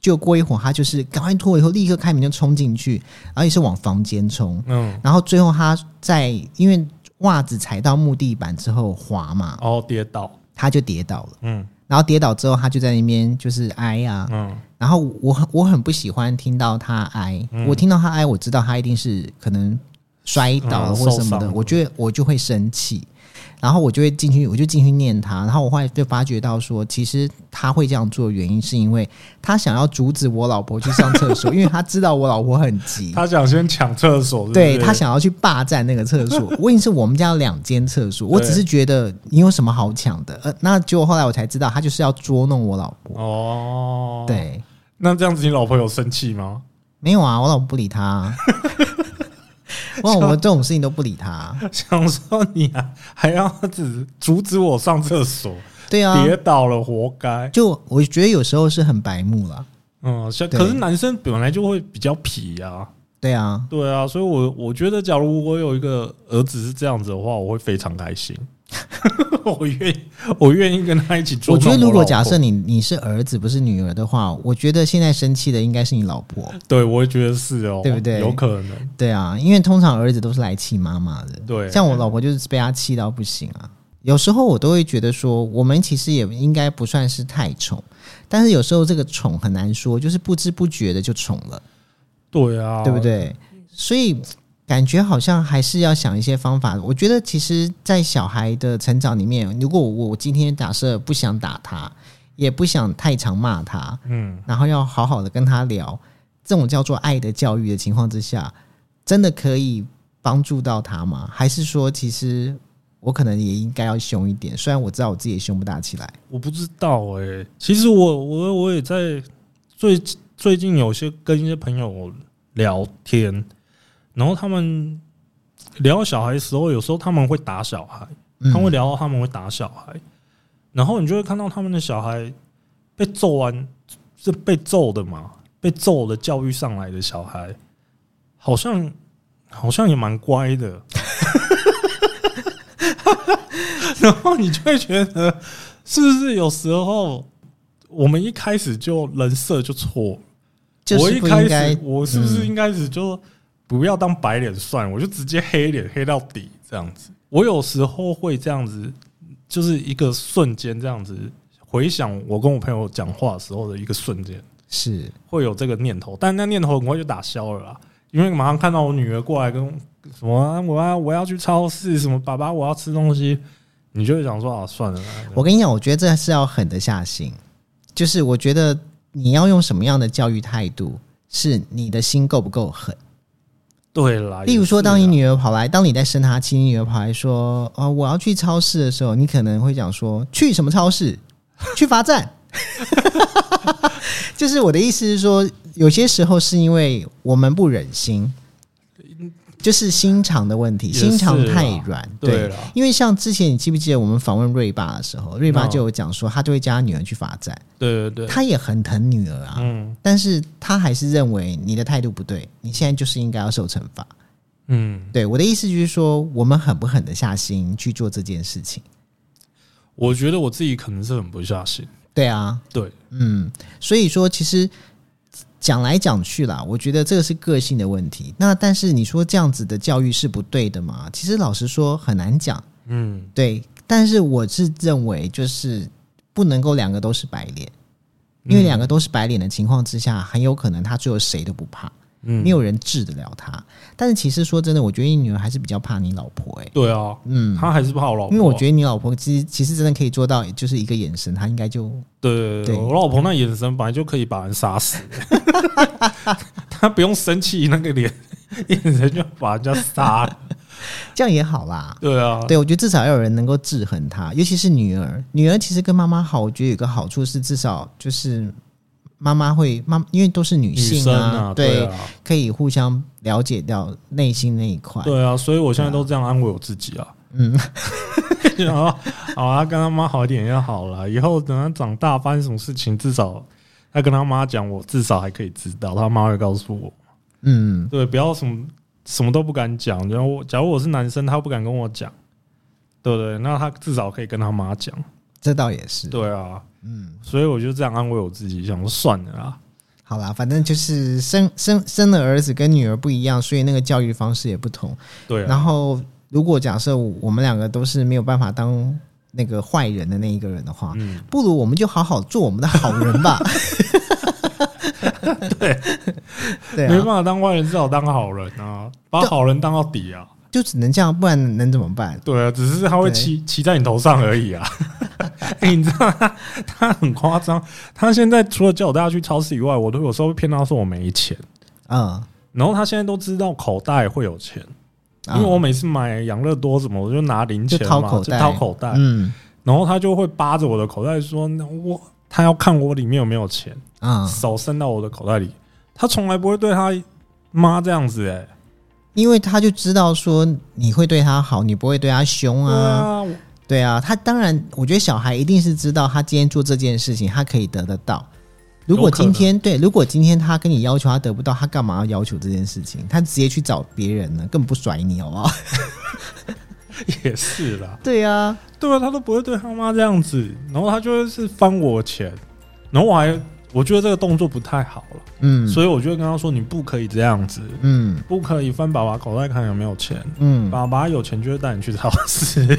Speaker 1: 就过一会儿，他就是赶快脱了以后，立刻开门就冲进去，然后也是往房间冲。
Speaker 2: 嗯，
Speaker 1: 然后最后他在因为袜子踩到木地板之后滑嘛，
Speaker 2: 哦跌倒，
Speaker 1: 他就跌倒了。
Speaker 2: 嗯
Speaker 1: 然后跌倒之后，他就在那边就是哀啊。
Speaker 2: 嗯
Speaker 1: 然后我很我很不喜欢听到他哀，我听到他哀，我知道他一定是可能摔倒了
Speaker 2: 嗯
Speaker 1: 或什么
Speaker 2: 受
Speaker 1: 的，
Speaker 2: 伤
Speaker 1: 我觉得我就会生气。然后我就会进去，我就进去念他。然后我后来就发觉到说，其实他会这样做的原因是因为他想要阻止我老婆去上厕 所，因为他知道我老婆很急。
Speaker 2: 他想先抢厕所，
Speaker 1: 对
Speaker 2: 不
Speaker 1: 他想要去霸占那个厕所，问题是我们家有两间厕所，我
Speaker 2: 对
Speaker 1: 只是觉得你有什么好抢的？呃，那结果后来我才知道，他就是要捉弄我老婆。
Speaker 2: 哦，，
Speaker 1: 对，
Speaker 2: 那这样子你老婆有生气吗？
Speaker 1: 没有啊，我老婆不理他、啊。哇，我们这种事情都不理他。
Speaker 2: 想说你还还要只阻止我上厕所，
Speaker 1: 对啊，
Speaker 2: 跌倒了活该。
Speaker 1: 就我觉得有时候是很白目啦。
Speaker 2: 嗯，像
Speaker 1: 对
Speaker 2: 可是男生本来就会比较皮呀、
Speaker 1: 对啊，
Speaker 2: 对啊，所以我我觉得，假如我有一个儿子是这样子的话，我会非常开心。 我愿意，我愿意跟他一起做。
Speaker 1: 我觉得如果假设你你是儿子不是女儿的话，我觉得现在生气的应该是你老婆。
Speaker 2: 对，我也觉得是哦，
Speaker 1: 对不对
Speaker 2: 有可能，
Speaker 1: 对啊，因为通常儿子都是来气妈妈的。
Speaker 2: 对
Speaker 1: 像我老婆就是被他气到不行啊。有时候我都会觉得说，我们其实也应该不算是太宠，但是有时候这个宠很难说，就是不知不觉的就宠了，
Speaker 2: 对啊，
Speaker 1: 对不？对？所以感觉好像还是要想一些方法。我觉得其实，在小孩的成长里面，如果我我今天假设不想打他，也不想太常骂他，
Speaker 2: 嗯，
Speaker 1: 然后要好好的跟他聊，这种叫做爱的教育的情况之下，真的可以帮助到他吗？还是说，其实我可能也应该要凶一点？虽然我知道我自己也凶不大起来。
Speaker 2: 我不知道哎、其实我我我也在最最近有些跟一些朋友聊天，然后他们聊小孩的时候，有时候他们会打小孩，
Speaker 1: 嗯
Speaker 2: 他们会聊到他们会打小孩，然后你就会看到他们的小孩被揍完是被揍的嘛，被揍的教育上来的小孩，好像好像也蛮乖的， 然后你就会觉得是不是有时候我们一开始就人设就错，
Speaker 1: 就
Speaker 2: 我
Speaker 1: 是
Speaker 2: 一
Speaker 1: 不
Speaker 2: 开
Speaker 1: 应该
Speaker 2: 始，我是不是
Speaker 1: 嗯
Speaker 2: 应该是就不要当白脸算，我就直接黑脸黑到底这样子？我有时候会这样子，就是一个瞬间这样子回想我跟我朋友讲话的时候的一个瞬间，
Speaker 1: 是
Speaker 2: 会有这个念头，但那念头很快就打消了啦，因为马上看到我女儿过来跟什么啊我要我要去超市，什么爸爸我要吃东西，你就会想说啊算了啦，
Speaker 1: 我跟你讲，我觉得这是要狠得下心，就是我觉得你要用什么样的教育态度，是你的心够不够狠。
Speaker 2: 对啦，
Speaker 1: 例如说，
Speaker 2: 也是啦
Speaker 1: 当你女儿跑来，当你在生她气，你女儿跑来说：“哦，我要去超市的时候”，你可能会讲说：“去什么超市？去罚站。” 就是我的意思是说，有些时候是因为我们不忍心，就是心肠的问题，
Speaker 2: 也是啦
Speaker 1: 心肠太软。
Speaker 2: 对啦，
Speaker 1: 因为像之前你记不记得我们访问瑞爸的时候，瑞爸
Speaker 2: 嗯
Speaker 1: 就有讲说，他就会叫他女儿去罚站，
Speaker 2: 对对对，
Speaker 1: 他也很疼女儿啊，
Speaker 2: 嗯
Speaker 1: 但是他还是认为你的态度不对，你现在就是应该要受惩罚。
Speaker 2: 嗯。
Speaker 1: 对我的意思就是说，我们狠不狠得下心去做这件事情？
Speaker 2: 我觉得我自己可能是很不下心，
Speaker 1: 对啊，
Speaker 2: 对，
Speaker 1: 嗯，所以说其实讲来讲去啦，我觉得这个是个性的问题。那但是你说这样子的教育是不对的嘛？其实老实说很难讲。
Speaker 2: 嗯，
Speaker 1: 对，但是我是认为就是不能够两个都是白脸，因为
Speaker 2: 嗯
Speaker 1: 两个都是白脸的情况之下，很有可能他最后谁都不怕，
Speaker 2: 嗯
Speaker 1: 没有人治得了他。但是其实说真的，我觉得你女儿还是比较怕你老婆、欸，
Speaker 2: 对啊，
Speaker 1: 嗯。
Speaker 2: 他还是怕我老婆啊，
Speaker 1: 因为我觉得你老婆其实其实真的可以做到，就是一个眼神，她应该就
Speaker 2: 对对
Speaker 1: 对
Speaker 2: 对，我老婆那眼神本来就可以把人杀死， 他不用生气，那个脸眼神就把人家杀了，
Speaker 1: 这样也好啦。
Speaker 2: 对啊，
Speaker 1: 对，我觉得至少要有人能够制衡她，尤其是女儿。女儿其实跟妈妈好，我觉得有个好处是，至少就是妈妈会妈，因为都是女
Speaker 2: 女
Speaker 1: 性
Speaker 2: 生啊，对
Speaker 1: 对，
Speaker 2: 啊，
Speaker 1: 可以互相了解到内心那一块。
Speaker 2: 对啊，所以我现在都这样安慰我自己啊，
Speaker 1: 嗯，
Speaker 2: 然后好啊，跟他妈好一点就好了，以后等他长大发生什么事情，至少他跟他妈讲，我至少还可以知道，他妈会告诉我。
Speaker 1: 嗯，
Speaker 2: 对，不要什么什么都不敢讲。然后我假如我是男生，他不敢跟我讲，对不对？那他至少可以跟他妈讲。
Speaker 1: 这倒也是。
Speaker 2: 对啊，
Speaker 1: 嗯，
Speaker 2: 所以我就这样安慰我自己，想说算了啦。
Speaker 1: 好啦，反正就是生生生了儿子跟女儿不一样，所以那个教育方式也不同。
Speaker 2: 对啊，
Speaker 1: 然后，如果假设我们两个都是没有办法当那个坏人的那一个人的话，
Speaker 2: 嗯，
Speaker 1: 不如我们就好好做我们的好人 吧。对，对
Speaker 2: 没
Speaker 1: 啊
Speaker 2: 办，法当坏人，至少当好人啊，把好人当到底啊。
Speaker 1: 就只能这样，不然能怎么办？
Speaker 2: 对啊，只是他会骑骑在你头上而已啊。 欸、你知道他他很夸张，他现在除了叫我带他去超市以外，我都有时候会骗他说我没钱，
Speaker 1: 嗯，
Speaker 2: 然后他现在都知道口袋会有钱，
Speaker 1: 啊
Speaker 2: 因为我每次买养乐多什么，我就拿零钱
Speaker 1: 就掏
Speaker 2: 嘛，
Speaker 1: 口
Speaker 2: 就
Speaker 1: 袋
Speaker 2: 掏口袋，
Speaker 1: 嗯
Speaker 2: 然后他就会扒着我的口袋说那我他要看我里面有没有钱，
Speaker 1: 啊、嗯，
Speaker 2: 手伸到我的口袋里，他从来不会对他妈这样子哎、欸，
Speaker 1: 因为他就知道说你会对他好，你不会对他凶
Speaker 2: 对
Speaker 1: 啊，
Speaker 2: 啊，我
Speaker 1: 对啊。他当然，我觉得小孩一定是知道他今天做这件事情，他可以得得到。如果
Speaker 2: 有可
Speaker 1: 今
Speaker 2: 能
Speaker 1: 天对，如果今天他跟你要求他得不到，他干嘛要要求这件事情？他直接去找别人呢，根本不甩你，好不好？
Speaker 2: 也是啦。
Speaker 1: 对啊，
Speaker 2: 对啊，他都不会对他妈这样子，然后他就会是翻我钱，然后我还我觉得这个动作不太好了，
Speaker 1: 嗯
Speaker 2: 所以我就会跟他说你不可以这样子，
Speaker 1: 嗯
Speaker 2: 不可以翻爸爸口袋看有没有钱，
Speaker 1: 嗯，
Speaker 2: 爸爸有钱就会带你去超市，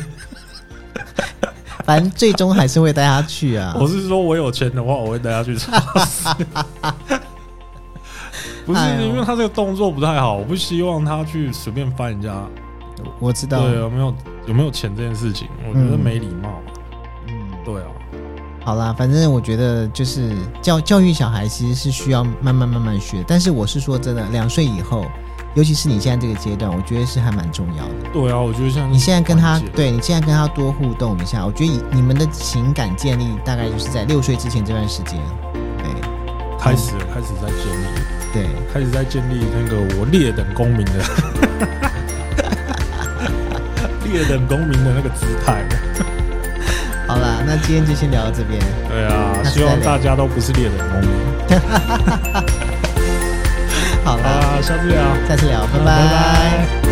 Speaker 1: 反正最终还是会带他去啊。
Speaker 2: 我是说我有钱的话我会带他去 超市，不是
Speaker 1: 哎呦
Speaker 2: 因为他这个动作不太好，我不希望他去随便翻人家
Speaker 1: 我知
Speaker 2: 对啊
Speaker 1: 道，
Speaker 2: 有没有有没有钱这件事情，我觉得
Speaker 1: 嗯
Speaker 2: 没礼貌，
Speaker 1: 嗯，
Speaker 2: 对啊，
Speaker 1: 好啦，反正我觉得就是教教育小孩其实是需要慢慢慢慢学，但是我是说真的，两岁以后，尤其是你现在这个阶段，我觉得是还蛮重要的。
Speaker 2: 对啊，我觉得像
Speaker 1: 你现在跟他
Speaker 2: 环节，
Speaker 1: 对你现在跟他多互动一下，我觉得以你们的情感建立大概就是在六岁之前这段时间，对
Speaker 2: 开始了开始在建
Speaker 1: 嗯
Speaker 2: 立。
Speaker 1: 对，
Speaker 2: 开始在建立那个我劣等公 民的劣等公民的那个姿态。
Speaker 1: 好啦，那今天就先聊到这边，
Speaker 2: 对啊，
Speaker 1: 那
Speaker 2: 希望大家都不是劣等公民。
Speaker 1: 好
Speaker 2: 好
Speaker 1: 啦，
Speaker 2: 啦，下次聊，
Speaker 1: 嗯下次聊，拜拜
Speaker 2: 拜拜